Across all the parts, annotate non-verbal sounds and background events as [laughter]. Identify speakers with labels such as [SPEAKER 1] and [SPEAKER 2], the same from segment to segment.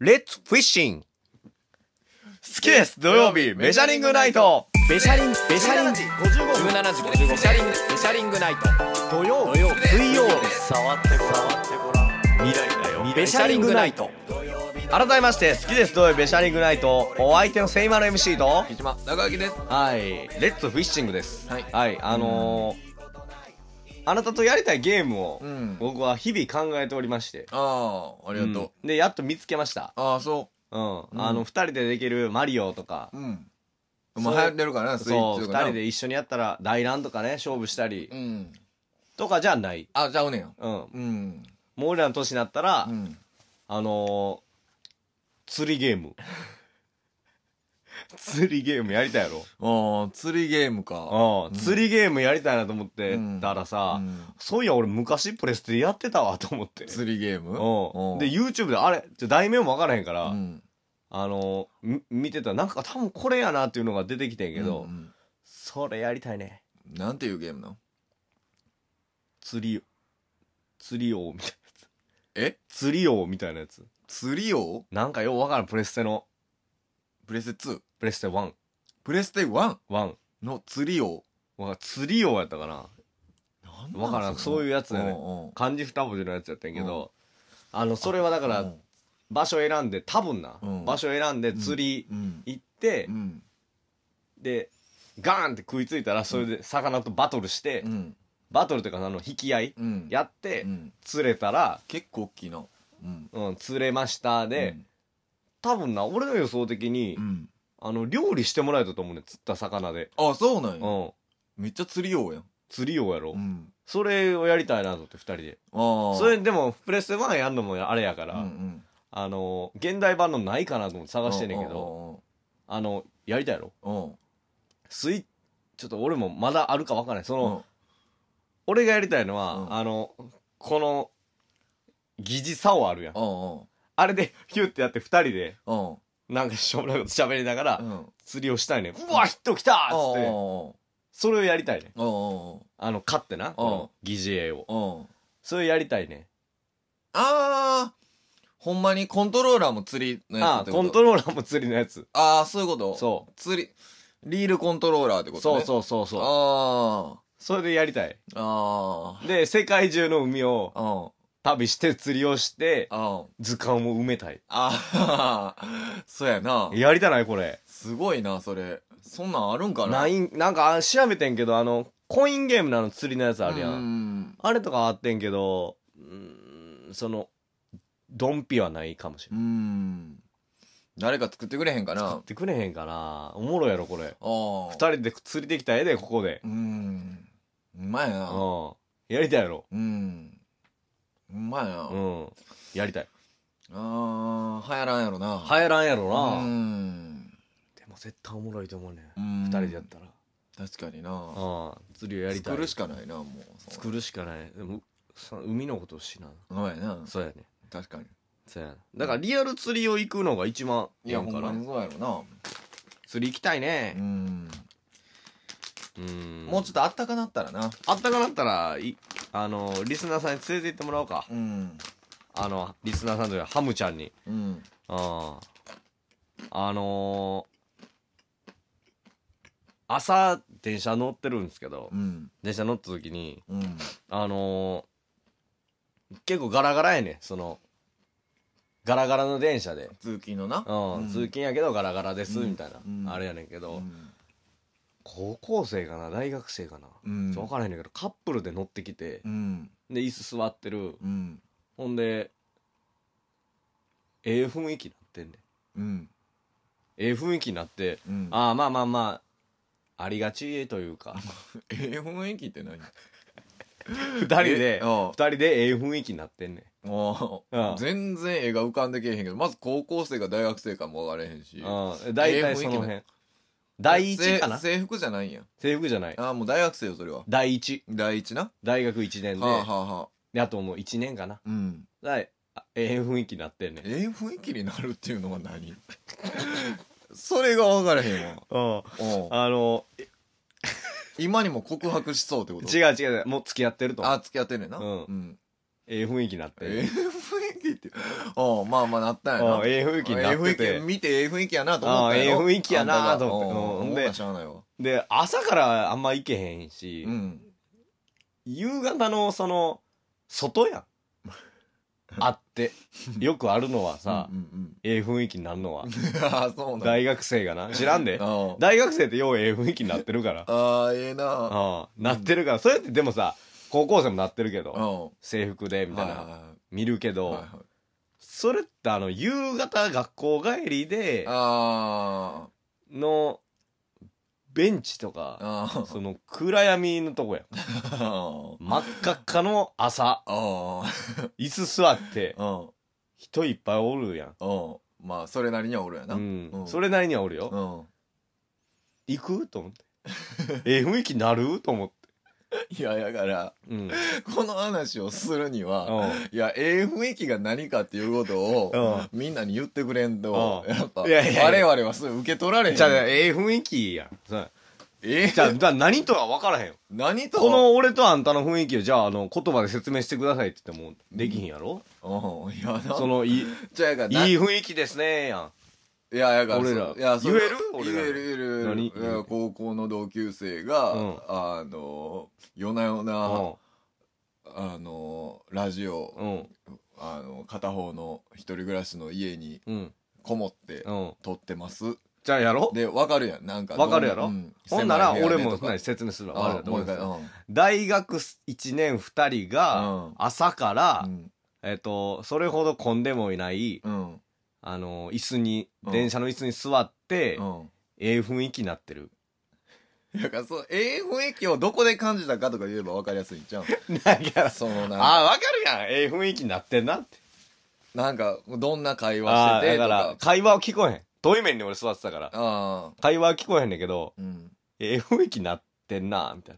[SPEAKER 1] Let's Fishing 好きです土曜日メジャリングナイト
[SPEAKER 2] ベシャリンベシャリン
[SPEAKER 1] 17時55分
[SPEAKER 2] 17時55ベシャリングベシャリングナイト
[SPEAKER 1] 土曜
[SPEAKER 2] 土曜
[SPEAKER 1] 水曜
[SPEAKER 3] 触ってごらん未来だよ
[SPEAKER 2] ベシャリングナイト
[SPEAKER 1] 改めまして好きです土曜日メジャリングナイトお相手のセイマの MC と
[SPEAKER 2] 島長垣です
[SPEAKER 1] はい Let's Fishing です
[SPEAKER 2] はい
[SPEAKER 1] あのーあなたとやりたいゲームを
[SPEAKER 2] うん
[SPEAKER 1] 僕は日々考えておりまして
[SPEAKER 2] ああありがとう、
[SPEAKER 1] うんでやっと見つけました
[SPEAKER 2] ああそ
[SPEAKER 1] うん
[SPEAKER 2] ん
[SPEAKER 1] あの二人でできるマリオとか
[SPEAKER 2] ううん
[SPEAKER 1] そ
[SPEAKER 2] ま
[SPEAKER 1] う
[SPEAKER 2] あ流行ってるからなスイッ
[SPEAKER 1] そう
[SPEAKER 2] チ
[SPEAKER 1] 二
[SPEAKER 2] とかな
[SPEAKER 1] 人で一緒にやったら大乱とかね勝負したり
[SPEAKER 2] うん
[SPEAKER 1] とかじゃない
[SPEAKER 2] あちゃうねん
[SPEAKER 1] うん
[SPEAKER 2] うん
[SPEAKER 1] もう俺らの年になったら、
[SPEAKER 2] うん
[SPEAKER 1] あのー、釣りゲー
[SPEAKER 2] [laughs]
[SPEAKER 1] ム。釣りゲームやりたいやろ。
[SPEAKER 2] ああ釣りゲーム
[SPEAKER 1] う
[SPEAKER 2] か
[SPEAKER 1] ん。釣りゲームやりたいなと思ってたらさ、
[SPEAKER 2] うん
[SPEAKER 1] そういや俺昔プレステでやってたわと思って。
[SPEAKER 2] 釣りゲーム
[SPEAKER 1] うん。で、
[SPEAKER 2] う
[SPEAKER 1] YouTube であれ、ちょ題名もわからへんから、
[SPEAKER 2] ん
[SPEAKER 1] あのーみ見てたらなんか多分これやなっていうのが出てきてんけど、
[SPEAKER 2] うんうん
[SPEAKER 1] それやりたいね。
[SPEAKER 2] なんていうゲームなの
[SPEAKER 1] 釣り、釣り王みたいな。
[SPEAKER 2] え
[SPEAKER 1] 釣り王みたいなやつ。
[SPEAKER 2] 釣り王
[SPEAKER 1] なんかようわからんプレステの、
[SPEAKER 2] プレステ2
[SPEAKER 1] プレステ1、
[SPEAKER 2] プレステ1
[SPEAKER 1] 1。
[SPEAKER 2] の釣り王
[SPEAKER 1] わからん釣り王やったかなわからんそういうやつだよね
[SPEAKER 2] ね
[SPEAKER 1] 漢字二文字のやつやったんやけど、あのそれはだから場所選んで多分な、
[SPEAKER 2] うん
[SPEAKER 1] 場所選んで釣り
[SPEAKER 2] うん
[SPEAKER 1] 行って、
[SPEAKER 2] うん
[SPEAKER 1] でガーンって食いついたらそれで魚とバトルして、
[SPEAKER 2] うん
[SPEAKER 1] バトルというかあの引き合い
[SPEAKER 2] うん
[SPEAKER 1] やって、
[SPEAKER 2] うん
[SPEAKER 1] 釣れたら、
[SPEAKER 2] 結構大きいなうん
[SPEAKER 1] うん、釣れましたで、多分な俺の予想的に、
[SPEAKER 2] うんうん
[SPEAKER 1] あの料理してもらえたと思うね釣った魚で、
[SPEAKER 2] あそうなん
[SPEAKER 1] う
[SPEAKER 2] や
[SPEAKER 1] ん、
[SPEAKER 2] めっちゃ釣り王やん
[SPEAKER 1] 釣り王やろ、
[SPEAKER 2] うん
[SPEAKER 1] それをやりたいなと思って二人で
[SPEAKER 2] ああ
[SPEAKER 1] それでもプレステ1やんのもあれやから、
[SPEAKER 2] うんうん
[SPEAKER 1] あの現代版のないかなと思って探してんねんけど、あの、やりたいやろ
[SPEAKER 2] うんうん
[SPEAKER 1] スイッちょっと俺もまだあるかわからない。そ
[SPEAKER 2] うん
[SPEAKER 1] の、
[SPEAKER 2] うん
[SPEAKER 1] 俺がやりたいのは、
[SPEAKER 2] うん
[SPEAKER 1] あの、この、疑似さをあるやん。
[SPEAKER 2] うん
[SPEAKER 1] あれで、ヒュってやって二人で、
[SPEAKER 2] うん
[SPEAKER 1] なんかしょうもないこと喋りながら、
[SPEAKER 2] うん
[SPEAKER 1] 釣りをしたいね。うわ、ヒット来たーっつって、それをやりたいね。
[SPEAKER 2] うんうん
[SPEAKER 1] あの、勝ってな、この疑似絵を。
[SPEAKER 2] うん
[SPEAKER 1] それやりたいね。
[SPEAKER 2] あーほんまにコントローラーも釣りのや
[SPEAKER 1] あ
[SPEAKER 2] つっ
[SPEAKER 1] あ、
[SPEAKER 2] てこ
[SPEAKER 1] コン
[SPEAKER 2] と
[SPEAKER 1] トローラーも釣りのやつ。
[SPEAKER 2] ああそういうことう
[SPEAKER 1] そ
[SPEAKER 2] 釣りリールコントローラーって
[SPEAKER 1] う。
[SPEAKER 2] こと
[SPEAKER 1] そう
[SPEAKER 2] ねう
[SPEAKER 1] そうそうそう。
[SPEAKER 2] あ
[SPEAKER 1] それでやりたい。
[SPEAKER 2] ああ
[SPEAKER 1] で、世界中の海を
[SPEAKER 2] あうん
[SPEAKER 1] 旅して釣りをして、
[SPEAKER 2] あ
[SPEAKER 1] 図鑑を埋めたい。
[SPEAKER 2] あーそうやな
[SPEAKER 1] やりたないこれ。
[SPEAKER 2] すごいなそれそんなんあるんかな
[SPEAKER 1] ないん、なんかあ調べてんけど、あの、コインゲームのあの釣りのやつあるやん。
[SPEAKER 2] ん
[SPEAKER 1] あれとかあってんけど、うーん、その、ドンピはないかもし
[SPEAKER 2] う
[SPEAKER 1] れない。
[SPEAKER 2] ん誰か作ってくれへんか
[SPEAKER 1] 買
[SPEAKER 2] な
[SPEAKER 1] ってくれへんかな。おもろいやろ、これ。
[SPEAKER 2] ああ
[SPEAKER 1] 二人で釣りできた絵で、ここで。。
[SPEAKER 2] うんうまいうなん
[SPEAKER 1] やりたいやろ。
[SPEAKER 2] うんうまいな、あ
[SPEAKER 1] うん。やりたい。
[SPEAKER 2] あー流行らんやろな
[SPEAKER 1] 流行らんやろ
[SPEAKER 2] う
[SPEAKER 1] な。
[SPEAKER 2] ん
[SPEAKER 1] でも絶対おもろいと思うね。
[SPEAKER 2] うん
[SPEAKER 1] 二人でやったら。
[SPEAKER 2] 確かにな
[SPEAKER 1] うん。釣りをやりたい。
[SPEAKER 2] 作るしかないなもう
[SPEAKER 1] 作るしかない。でも、その海のことをしな。
[SPEAKER 2] そうやな
[SPEAKER 1] そうやね。
[SPEAKER 2] 確かに
[SPEAKER 1] そうやな。だからリアル釣りを行くのが一番
[SPEAKER 2] い
[SPEAKER 1] ええ
[SPEAKER 2] や
[SPEAKER 1] ん
[SPEAKER 2] ほ
[SPEAKER 1] か
[SPEAKER 2] ん
[SPEAKER 1] ら
[SPEAKER 2] ま。にそうやろな
[SPEAKER 1] 釣り行きたいね
[SPEAKER 2] う。ん
[SPEAKER 1] うん
[SPEAKER 2] もうちょっとあったかなったらな
[SPEAKER 1] あったかなったら、い、あの、リスナーさんに連れて行ってもらおうか。
[SPEAKER 2] うん
[SPEAKER 1] あの、リスナーさんというか、ハムちゃんに。
[SPEAKER 2] うん
[SPEAKER 1] ああのー朝、電車乗ってるんですけど
[SPEAKER 2] う、ん
[SPEAKER 1] 電車乗った時に、
[SPEAKER 2] うん
[SPEAKER 1] あのー結構ガラガラやねんその、ガラガラの電車で。
[SPEAKER 2] 通勤のな
[SPEAKER 1] うん、通勤やけどガラガラです、
[SPEAKER 2] うん
[SPEAKER 1] みたいな、
[SPEAKER 2] うん
[SPEAKER 1] あれやねんけど、
[SPEAKER 2] うん
[SPEAKER 1] 高校生かな大学生かな、
[SPEAKER 2] うん
[SPEAKER 1] 分からへんねんけどカップルで乗ってきて
[SPEAKER 2] う、ん
[SPEAKER 1] で椅子座ってる、
[SPEAKER 2] うん
[SPEAKER 1] ほんで、ええ雰囲気になってんねん。
[SPEAKER 2] うん
[SPEAKER 1] ええ雰囲気になって、
[SPEAKER 2] うん
[SPEAKER 1] ああ、まあまあまあ、ありがちという
[SPEAKER 2] [laughs]
[SPEAKER 1] か、
[SPEAKER 2] ええ雰囲気って何
[SPEAKER 1] 二人で
[SPEAKER 2] え、あ
[SPEAKER 1] 二人でええ雰囲気になってんね
[SPEAKER 2] あ
[SPEAKER 1] うん
[SPEAKER 2] 全然絵が浮かんでけえへんけどまず高校生か大学生かも分からへんし
[SPEAKER 1] ん。うん。大体その辺。第一かな
[SPEAKER 2] せ制服じゃないんや
[SPEAKER 1] 制服じゃない。
[SPEAKER 2] ああもう大学生よそれは
[SPEAKER 1] 第一。
[SPEAKER 2] 第一な
[SPEAKER 1] 大学一年で
[SPEAKER 2] はあ、はあはあ
[SPEAKER 1] であともう一年かな。
[SPEAKER 2] うん
[SPEAKER 1] だいあええ雰囲気になってんねん。
[SPEAKER 2] ええ雰囲気になるっていうのは何 [laughs] それが分からへんわ
[SPEAKER 1] うん。
[SPEAKER 2] おう
[SPEAKER 1] あの、
[SPEAKER 2] 今にも告白しそうってこと
[SPEAKER 1] 違う違う、もう付き合ってると。
[SPEAKER 2] あ付き合ってんねんな
[SPEAKER 1] うん
[SPEAKER 2] うん
[SPEAKER 1] ええ雰囲気になってんねん
[SPEAKER 2] ええ雰囲気っておまあまあなったんやな
[SPEAKER 1] あええ雰囲気になって
[SPEAKER 2] ええ雰
[SPEAKER 1] て
[SPEAKER 2] 囲気見てええ雰囲気やなと思ったん
[SPEAKER 1] あ
[SPEAKER 2] や
[SPEAKER 1] あえ
[SPEAKER 2] ろ
[SPEAKER 1] え雰囲気やなと思って
[SPEAKER 2] あんたがうん
[SPEAKER 1] うん
[SPEAKER 2] ほん
[SPEAKER 1] で
[SPEAKER 2] でしゃあないわ
[SPEAKER 1] で朝からあんま行けへんし、
[SPEAKER 2] うん
[SPEAKER 1] 夕方のその外やんあってよくあるのはさ、
[SPEAKER 2] うんうん
[SPEAKER 1] ええ雰囲気になるのは
[SPEAKER 2] うん [laughs] ああそうなん
[SPEAKER 1] 大学生がな知らんで
[SPEAKER 2] ああ
[SPEAKER 1] 大学生ってようええ雰囲気になってるから
[SPEAKER 2] ああええな
[SPEAKER 1] ああなってるからそれってでもさ高校生もなってるけ
[SPEAKER 2] う
[SPEAKER 1] ど
[SPEAKER 2] ん
[SPEAKER 1] 制服でみたい
[SPEAKER 2] はいは
[SPEAKER 1] ない
[SPEAKER 2] はい
[SPEAKER 1] 見るけど
[SPEAKER 2] はいはい
[SPEAKER 1] それってあの夕方学校帰りで
[SPEAKER 2] あ
[SPEAKER 1] のベンチと
[SPEAKER 2] あ
[SPEAKER 1] か
[SPEAKER 2] ああ
[SPEAKER 1] その暗闇のとこや
[SPEAKER 2] あ
[SPEAKER 1] 真っ赤っかの朝
[SPEAKER 2] あ
[SPEAKER 1] 椅子座って
[SPEAKER 2] うん
[SPEAKER 1] 人いっぱいおるやん
[SPEAKER 2] うんまあそれなりにはおるやな
[SPEAKER 1] うん
[SPEAKER 2] うん
[SPEAKER 1] それなりにはおるよ
[SPEAKER 2] うん
[SPEAKER 1] 行くと思って [laughs] ええ雰囲気なると思って
[SPEAKER 2] いやだから
[SPEAKER 1] [laughs] うん
[SPEAKER 2] この話をするには
[SPEAKER 1] うん
[SPEAKER 2] いやええ雰囲気が何かっていうこと
[SPEAKER 1] う
[SPEAKER 2] を
[SPEAKER 1] ん
[SPEAKER 2] みんなに言ってくれんと
[SPEAKER 1] うん
[SPEAKER 2] やっぱ
[SPEAKER 1] いやいやいや
[SPEAKER 2] 我々はすぐ受け取られへん
[SPEAKER 1] じゃあええ雰囲気やんそう
[SPEAKER 2] ええ
[SPEAKER 1] じゃ [laughs] あじゃあ何とは分からへんよ
[SPEAKER 2] 何と
[SPEAKER 1] この俺とあんたの雰囲気をじゃああの言葉で説明してくださいって言ってもできひんやろ、
[SPEAKER 2] うんいやな
[SPEAKER 1] そのいい
[SPEAKER 2] じゃあやからない
[SPEAKER 1] い雰囲気ですねやん
[SPEAKER 2] いや、やから
[SPEAKER 1] 俺ら
[SPEAKER 2] そういや、それ
[SPEAKER 1] 言える俺ら
[SPEAKER 2] 言える、言える。
[SPEAKER 1] 何
[SPEAKER 2] いや高校の同級生が、
[SPEAKER 1] うん
[SPEAKER 2] あの、夜な夜
[SPEAKER 1] う
[SPEAKER 2] な、
[SPEAKER 1] ん
[SPEAKER 2] あの、ラジオ、
[SPEAKER 1] うん
[SPEAKER 2] あの、片方の一人暮らしの家に
[SPEAKER 1] うん
[SPEAKER 2] こもって
[SPEAKER 1] うん
[SPEAKER 2] 撮ってます。
[SPEAKER 1] じゃあやろ
[SPEAKER 2] で、わかるやん。なんか、
[SPEAKER 1] わかるやろ
[SPEAKER 2] うん
[SPEAKER 1] ほんなら
[SPEAKER 2] 狭い部屋
[SPEAKER 1] 俺
[SPEAKER 2] で
[SPEAKER 1] も
[SPEAKER 2] とか
[SPEAKER 1] 何説明するわ
[SPEAKER 2] あ
[SPEAKER 1] 我らと
[SPEAKER 2] もう
[SPEAKER 1] 俺
[SPEAKER 2] 一回、う
[SPEAKER 1] ら
[SPEAKER 2] ん。
[SPEAKER 1] 大学1年2人が朝から、
[SPEAKER 2] うん。
[SPEAKER 1] えっとそれほど混んでもいない
[SPEAKER 2] うん。
[SPEAKER 1] あの椅子に
[SPEAKER 2] うん
[SPEAKER 1] 電車の椅子に座って、
[SPEAKER 2] うん。
[SPEAKER 1] ええ雰囲気になってる
[SPEAKER 2] だから、そう、ええ雰囲気をどこで感じたかとか言えばわかりやすいんちゃう
[SPEAKER 1] だから
[SPEAKER 2] その、なんか、
[SPEAKER 1] [laughs] あ分かるやんええ雰囲気になってんなって
[SPEAKER 2] なんか、どんな会
[SPEAKER 1] あ
[SPEAKER 2] 話し
[SPEAKER 1] あ
[SPEAKER 2] て
[SPEAKER 1] だ
[SPEAKER 2] て
[SPEAKER 1] か
[SPEAKER 2] と
[SPEAKER 1] ら
[SPEAKER 2] か。
[SPEAKER 1] 会話を聞こえへん遠い面に俺座ってたから
[SPEAKER 2] ああ。
[SPEAKER 1] 会話は聞こえへんねんけど
[SPEAKER 2] うん。
[SPEAKER 1] ええ雰囲気になってんなみたい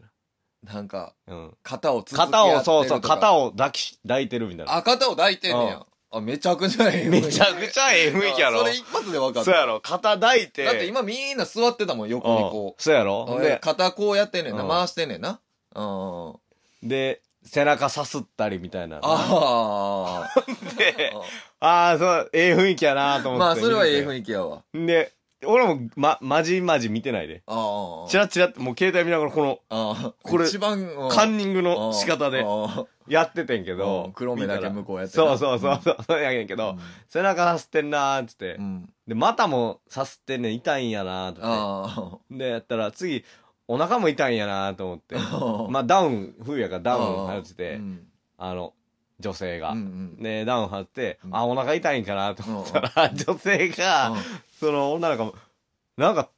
[SPEAKER 2] なんか、
[SPEAKER 1] な、うん、
[SPEAKER 2] 肩をつつき合ってる
[SPEAKER 1] 肩をそうそう
[SPEAKER 2] とか
[SPEAKER 1] 肩を抱きし抱いてるみたいな
[SPEAKER 2] あ、肩を抱いてんねや。あ、めちゃくちゃええ
[SPEAKER 1] めちゃくちゃええ雰囲気やろ
[SPEAKER 2] あそれ一発で分か
[SPEAKER 1] [laughs]
[SPEAKER 2] っ
[SPEAKER 1] そう
[SPEAKER 2] た。
[SPEAKER 1] やろ肩抱いて
[SPEAKER 2] だって今みんな座ってたもん、横に
[SPEAKER 1] うん
[SPEAKER 2] こ
[SPEAKER 1] そうや
[SPEAKER 2] う。
[SPEAKER 1] ろ
[SPEAKER 2] あ
[SPEAKER 1] で
[SPEAKER 2] 肩こうやってんねんな。
[SPEAKER 1] うん
[SPEAKER 2] 回してんねんな。うん。
[SPEAKER 1] で背中さすったりみたいな
[SPEAKER 2] あ
[SPEAKER 1] で
[SPEAKER 2] あ。
[SPEAKER 1] ああそうええ雰囲気やなと思って
[SPEAKER 2] まあ、それはええ雰囲気やわ。
[SPEAKER 1] 気で俺もままじまじ見てないで
[SPEAKER 2] ああ。
[SPEAKER 1] チラッチラってもう携帯見ながらこの
[SPEAKER 2] ああ。
[SPEAKER 1] これ
[SPEAKER 2] 一番、うん
[SPEAKER 1] カンニングの仕方で
[SPEAKER 2] ああ
[SPEAKER 1] やっててんけ
[SPEAKER 2] う
[SPEAKER 1] ど
[SPEAKER 2] ん黒目だけ向こうやって
[SPEAKER 1] そ
[SPEAKER 2] な
[SPEAKER 1] うそうそうそうそうやけんけど背中さすってんなーっつって
[SPEAKER 2] うん。
[SPEAKER 1] で股もさすってんねん痛いんやなーと思っ
[SPEAKER 2] あ
[SPEAKER 1] てでやったら次お腹も痛いんやなーと思って
[SPEAKER 2] あ。
[SPEAKER 1] まあダウン冬やからダウン張って
[SPEAKER 2] う
[SPEAKER 1] て
[SPEAKER 2] ん
[SPEAKER 1] あの女性
[SPEAKER 2] う
[SPEAKER 1] が
[SPEAKER 2] んうん。
[SPEAKER 1] ねダウン張って
[SPEAKER 2] うん
[SPEAKER 1] あお腹痛いんかなと思ったら女性
[SPEAKER 2] う
[SPEAKER 1] が
[SPEAKER 2] ん
[SPEAKER 1] その女の子もなんか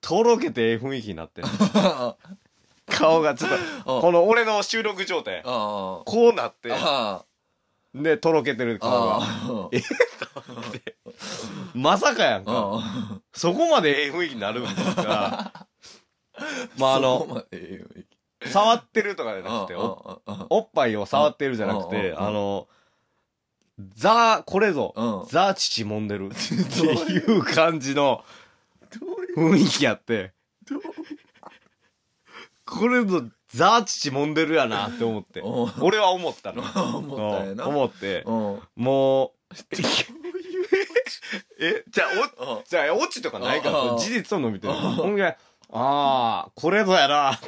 [SPEAKER 1] とろけてええ雰囲気になってる顔がちょっと
[SPEAKER 2] うん
[SPEAKER 1] この俺の収録状態
[SPEAKER 2] ああ。
[SPEAKER 1] こうなって
[SPEAKER 2] あ
[SPEAKER 1] でとろけてる
[SPEAKER 2] あ。
[SPEAKER 1] 顔が
[SPEAKER 2] ああ。
[SPEAKER 1] まさかやんか
[SPEAKER 2] ああ。
[SPEAKER 1] そこまでええ雰囲気になるんだからまああ
[SPEAKER 2] そこ
[SPEAKER 1] の
[SPEAKER 2] までええよ
[SPEAKER 1] 触ってるとかじゃなくてお
[SPEAKER 2] うんうんうん
[SPEAKER 1] おっぱいを触ってるじゃなくて
[SPEAKER 2] うん
[SPEAKER 1] あのザこれぞ
[SPEAKER 2] うん
[SPEAKER 1] [laughs] ザ乳揉んでるっていう感じの雰囲気やってこれぞザ乳揉んでるやなって思って
[SPEAKER 2] うん
[SPEAKER 1] 俺は思ったの
[SPEAKER 2] 思ったんやな。
[SPEAKER 1] うん思って
[SPEAKER 2] うんうん
[SPEAKER 1] もうえじゃあおじゃあ、オチとかないか
[SPEAKER 2] あ
[SPEAKER 1] ら、
[SPEAKER 2] あ
[SPEAKER 1] 事実を伸びてる。ほんで、ああ、これぞやな。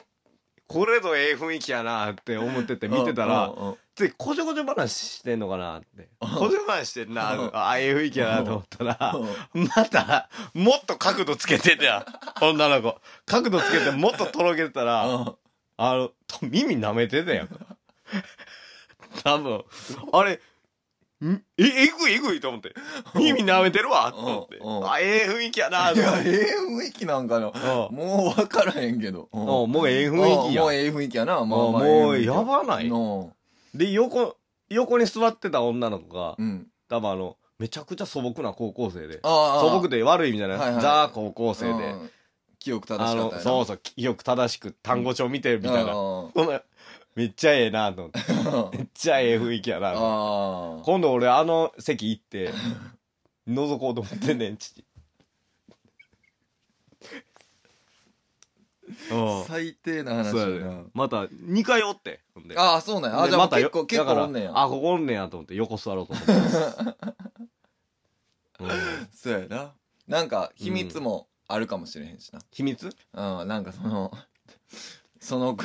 [SPEAKER 1] これぞええ雰囲気やなって思ってて見てたら、
[SPEAKER 2] うんうん
[SPEAKER 1] ついこちょこちょ話してんのかなって。
[SPEAKER 2] あ
[SPEAKER 1] こちょこ話してんな、
[SPEAKER 2] あ
[SPEAKER 1] ああ、ええ雰囲気やなと思ったら
[SPEAKER 2] うん、
[SPEAKER 1] また、もっと角度つけてんねや。女の子。角度つけてもっととろけてたら、
[SPEAKER 2] あ
[SPEAKER 1] あの、と耳舐めてたやん。多分、あれ、んえ、えぐいえぐいと思って。耳舐めてるわと思って
[SPEAKER 2] うんう。ん
[SPEAKER 1] あ、ええ雰囲気やなと
[SPEAKER 2] い
[SPEAKER 1] 思っ
[SPEAKER 2] や、
[SPEAKER 1] て。
[SPEAKER 2] ええ雰囲気なんかな。
[SPEAKER 1] うん
[SPEAKER 2] もう分からへんけど。うん
[SPEAKER 1] うんもうええ
[SPEAKER 2] うん
[SPEAKER 1] 雰囲気や
[SPEAKER 2] もうええ雰囲気やな。まあ
[SPEAKER 1] うん
[SPEAKER 2] まあ
[SPEAKER 1] もう
[SPEAKER 2] ええ雰囲気
[SPEAKER 1] やばない
[SPEAKER 2] うん
[SPEAKER 1] で、横、横に座ってた女の子が、
[SPEAKER 2] うん。
[SPEAKER 1] 多分あの、めちゃくちゃ素朴な高校生で、
[SPEAKER 2] ああ。
[SPEAKER 1] 素朴で悪い意味じゃない、
[SPEAKER 2] はいはい
[SPEAKER 1] ザ高校生で、
[SPEAKER 2] うん。記憶正しか
[SPEAKER 1] あ
[SPEAKER 2] ったんや
[SPEAKER 1] の、
[SPEAKER 2] な。
[SPEAKER 1] そう
[SPEAKER 2] そ
[SPEAKER 1] そう、記憶正しく単語帳見てるみたいな。
[SPEAKER 2] あ
[SPEAKER 1] ほんならめっちゃええなと思って、めっちゃええ雰囲気やなと思って
[SPEAKER 2] あ。
[SPEAKER 1] 今度俺あの席行って、覗こうと思ってんねん、父。うん
[SPEAKER 2] 最低な話
[SPEAKER 1] そうや
[SPEAKER 2] やな
[SPEAKER 1] でまた2回おってほんで
[SPEAKER 2] ああそうなんやあ
[SPEAKER 1] で
[SPEAKER 2] じゃあもう
[SPEAKER 1] また
[SPEAKER 2] 結
[SPEAKER 1] よ
[SPEAKER 2] 構結
[SPEAKER 1] だか
[SPEAKER 2] 構
[SPEAKER 1] ら
[SPEAKER 2] おんねんや
[SPEAKER 1] あここおんねんやと思って横座ろうと思って
[SPEAKER 2] [laughs]
[SPEAKER 1] ます、うん
[SPEAKER 2] そうやななんか秘密もあるかもしれへんしな
[SPEAKER 1] 秘密
[SPEAKER 2] うん、なんかその [laughs] その子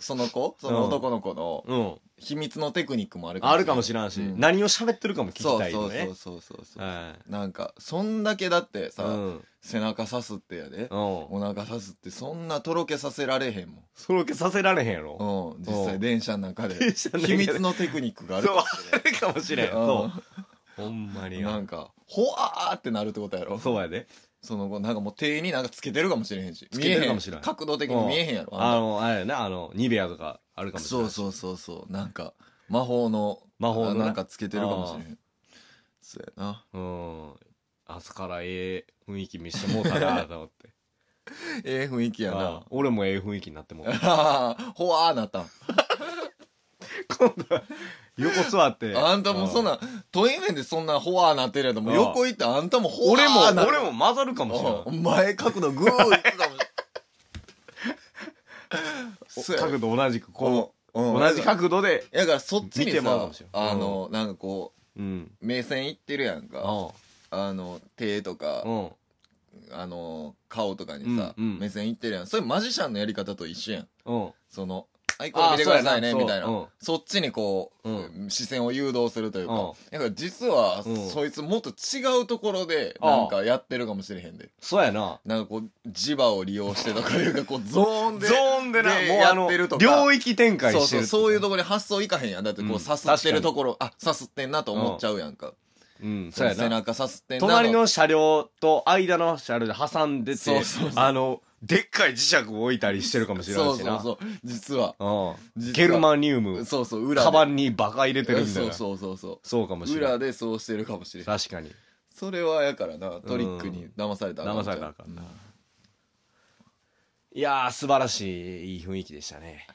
[SPEAKER 2] その子その男の子の
[SPEAKER 1] うん
[SPEAKER 2] 秘密のテクニックもある
[SPEAKER 1] あるかも
[SPEAKER 2] れ
[SPEAKER 1] しらんし、
[SPEAKER 2] うん
[SPEAKER 1] 何を喋ってるかも聞き
[SPEAKER 2] そ
[SPEAKER 1] た
[SPEAKER 2] う
[SPEAKER 1] い
[SPEAKER 2] そ
[SPEAKER 1] よ
[SPEAKER 2] うそ
[SPEAKER 1] ね
[SPEAKER 2] うそうそうそう、
[SPEAKER 1] は
[SPEAKER 2] なんかそんだけだって
[SPEAKER 1] い
[SPEAKER 2] さ、
[SPEAKER 1] うん
[SPEAKER 2] 背中さすってやで、
[SPEAKER 1] うん
[SPEAKER 2] お腹さすってそんなとろけさせられへんもん
[SPEAKER 1] それを受けさせられへんやろ
[SPEAKER 2] うん、実
[SPEAKER 1] う
[SPEAKER 2] 際
[SPEAKER 1] ん
[SPEAKER 2] 電車の中で
[SPEAKER 1] [laughs] 電車の中で
[SPEAKER 2] 秘密のテクニックがある
[SPEAKER 1] そうあるかもしれん
[SPEAKER 2] う
[SPEAKER 1] そ
[SPEAKER 2] ん
[SPEAKER 1] うほんまに
[SPEAKER 2] な
[SPEAKER 1] よ
[SPEAKER 2] んかほわーってなるってことやろ
[SPEAKER 1] そうやで
[SPEAKER 2] その後なんかもう手になんかつけてるかもしれへんし
[SPEAKER 1] つけてるかもしれん
[SPEAKER 2] 見えへ角度的に見えへんやろ
[SPEAKER 1] あ
[SPEAKER 2] あん
[SPEAKER 1] のあれやなあのニベアとかあるか
[SPEAKER 2] た
[SPEAKER 1] もしれん
[SPEAKER 2] そうそうそうそうなんか魔法の
[SPEAKER 1] 魔法のな
[SPEAKER 2] なんかつけてるかもしれへんそうやな
[SPEAKER 1] うん朝からええ雰囲気見してもうたなと思って [laughs]
[SPEAKER 2] ええ雰囲気や
[SPEAKER 1] あ
[SPEAKER 2] な
[SPEAKER 1] あ俺もええ雰囲気になってもうた
[SPEAKER 2] [laughs] ほわーなったん
[SPEAKER 1] 今度は横座って
[SPEAKER 2] あんたもそん
[SPEAKER 1] な
[SPEAKER 2] なトイメンでそんなほわーなってるやつもう横行ってあんたもほわ
[SPEAKER 1] 俺も
[SPEAKER 2] ーな
[SPEAKER 1] 俺も混ざるかもしれ
[SPEAKER 2] も前角度グーいってたもんそう
[SPEAKER 1] ない
[SPEAKER 2] や
[SPEAKER 1] 角度同じくこう
[SPEAKER 2] うん
[SPEAKER 1] 同じ角度で
[SPEAKER 2] だからそっち
[SPEAKER 1] 見
[SPEAKER 2] に
[SPEAKER 1] てもらうか
[SPEAKER 2] さ
[SPEAKER 1] もしれん
[SPEAKER 2] あのなんかこ
[SPEAKER 1] うん
[SPEAKER 2] う目線いってるやんか
[SPEAKER 1] あ
[SPEAKER 2] あの手とか
[SPEAKER 1] あうん
[SPEAKER 2] あの顔とかにさ
[SPEAKER 1] うんうん
[SPEAKER 2] 目線いってるやんそれマジシャンのやり方と一緒やん
[SPEAKER 1] うん
[SPEAKER 2] その「はいこれ見てくださいね」みたい
[SPEAKER 1] そう
[SPEAKER 2] な
[SPEAKER 1] やな
[SPEAKER 2] そっちにこ
[SPEAKER 1] う
[SPEAKER 2] う視線を誘導するという
[SPEAKER 1] うん
[SPEAKER 2] かだから実は
[SPEAKER 1] うん
[SPEAKER 2] そいつもっと違うところで
[SPEAKER 1] ああ
[SPEAKER 2] なんかやってるかもしれへんで
[SPEAKER 1] そうやな
[SPEAKER 2] なんかこう磁場を利用してとかいうかこうゾーンで
[SPEAKER 1] ゾーンでな
[SPEAKER 2] で
[SPEAKER 1] もうあ
[SPEAKER 2] やっ
[SPEAKER 1] の
[SPEAKER 2] てるとか
[SPEAKER 1] 領域展開
[SPEAKER 2] そう
[SPEAKER 1] して
[SPEAKER 2] そう
[SPEAKER 1] る
[SPEAKER 2] そういうところに発想いかへんやんだって
[SPEAKER 1] う
[SPEAKER 2] こ
[SPEAKER 1] ん
[SPEAKER 2] うさすってるところあさすってんなと思っちゃうやんか
[SPEAKER 1] うん
[SPEAKER 2] そ
[SPEAKER 1] そう
[SPEAKER 2] の
[SPEAKER 1] や
[SPEAKER 2] 背
[SPEAKER 1] な
[SPEAKER 2] 中さすってんな
[SPEAKER 1] 隣の車両と間の車両で挟んでて
[SPEAKER 2] そうそうそう
[SPEAKER 1] あのでっかい磁石を置いたりしてるかもしれな
[SPEAKER 2] そ
[SPEAKER 1] いうし
[SPEAKER 2] そ
[SPEAKER 1] な
[SPEAKER 2] うそう実は
[SPEAKER 1] うん
[SPEAKER 2] 実
[SPEAKER 1] ゲ
[SPEAKER 2] は
[SPEAKER 1] ルマニウム
[SPEAKER 2] そうそう裏で
[SPEAKER 1] カバンにバカ入れてるみたい
[SPEAKER 2] そう
[SPEAKER 1] なそ
[SPEAKER 2] そうそうそう
[SPEAKER 1] かも
[SPEAKER 2] う
[SPEAKER 1] しれな
[SPEAKER 2] 裏
[SPEAKER 1] い
[SPEAKER 2] でそうしてるかもしれない
[SPEAKER 1] 確かに
[SPEAKER 2] それはやからなトリックに騙されたらあかんじゃ
[SPEAKER 1] 騙され
[SPEAKER 2] ん
[SPEAKER 1] たらあかんないやー素晴らしいいい雰囲気でしたね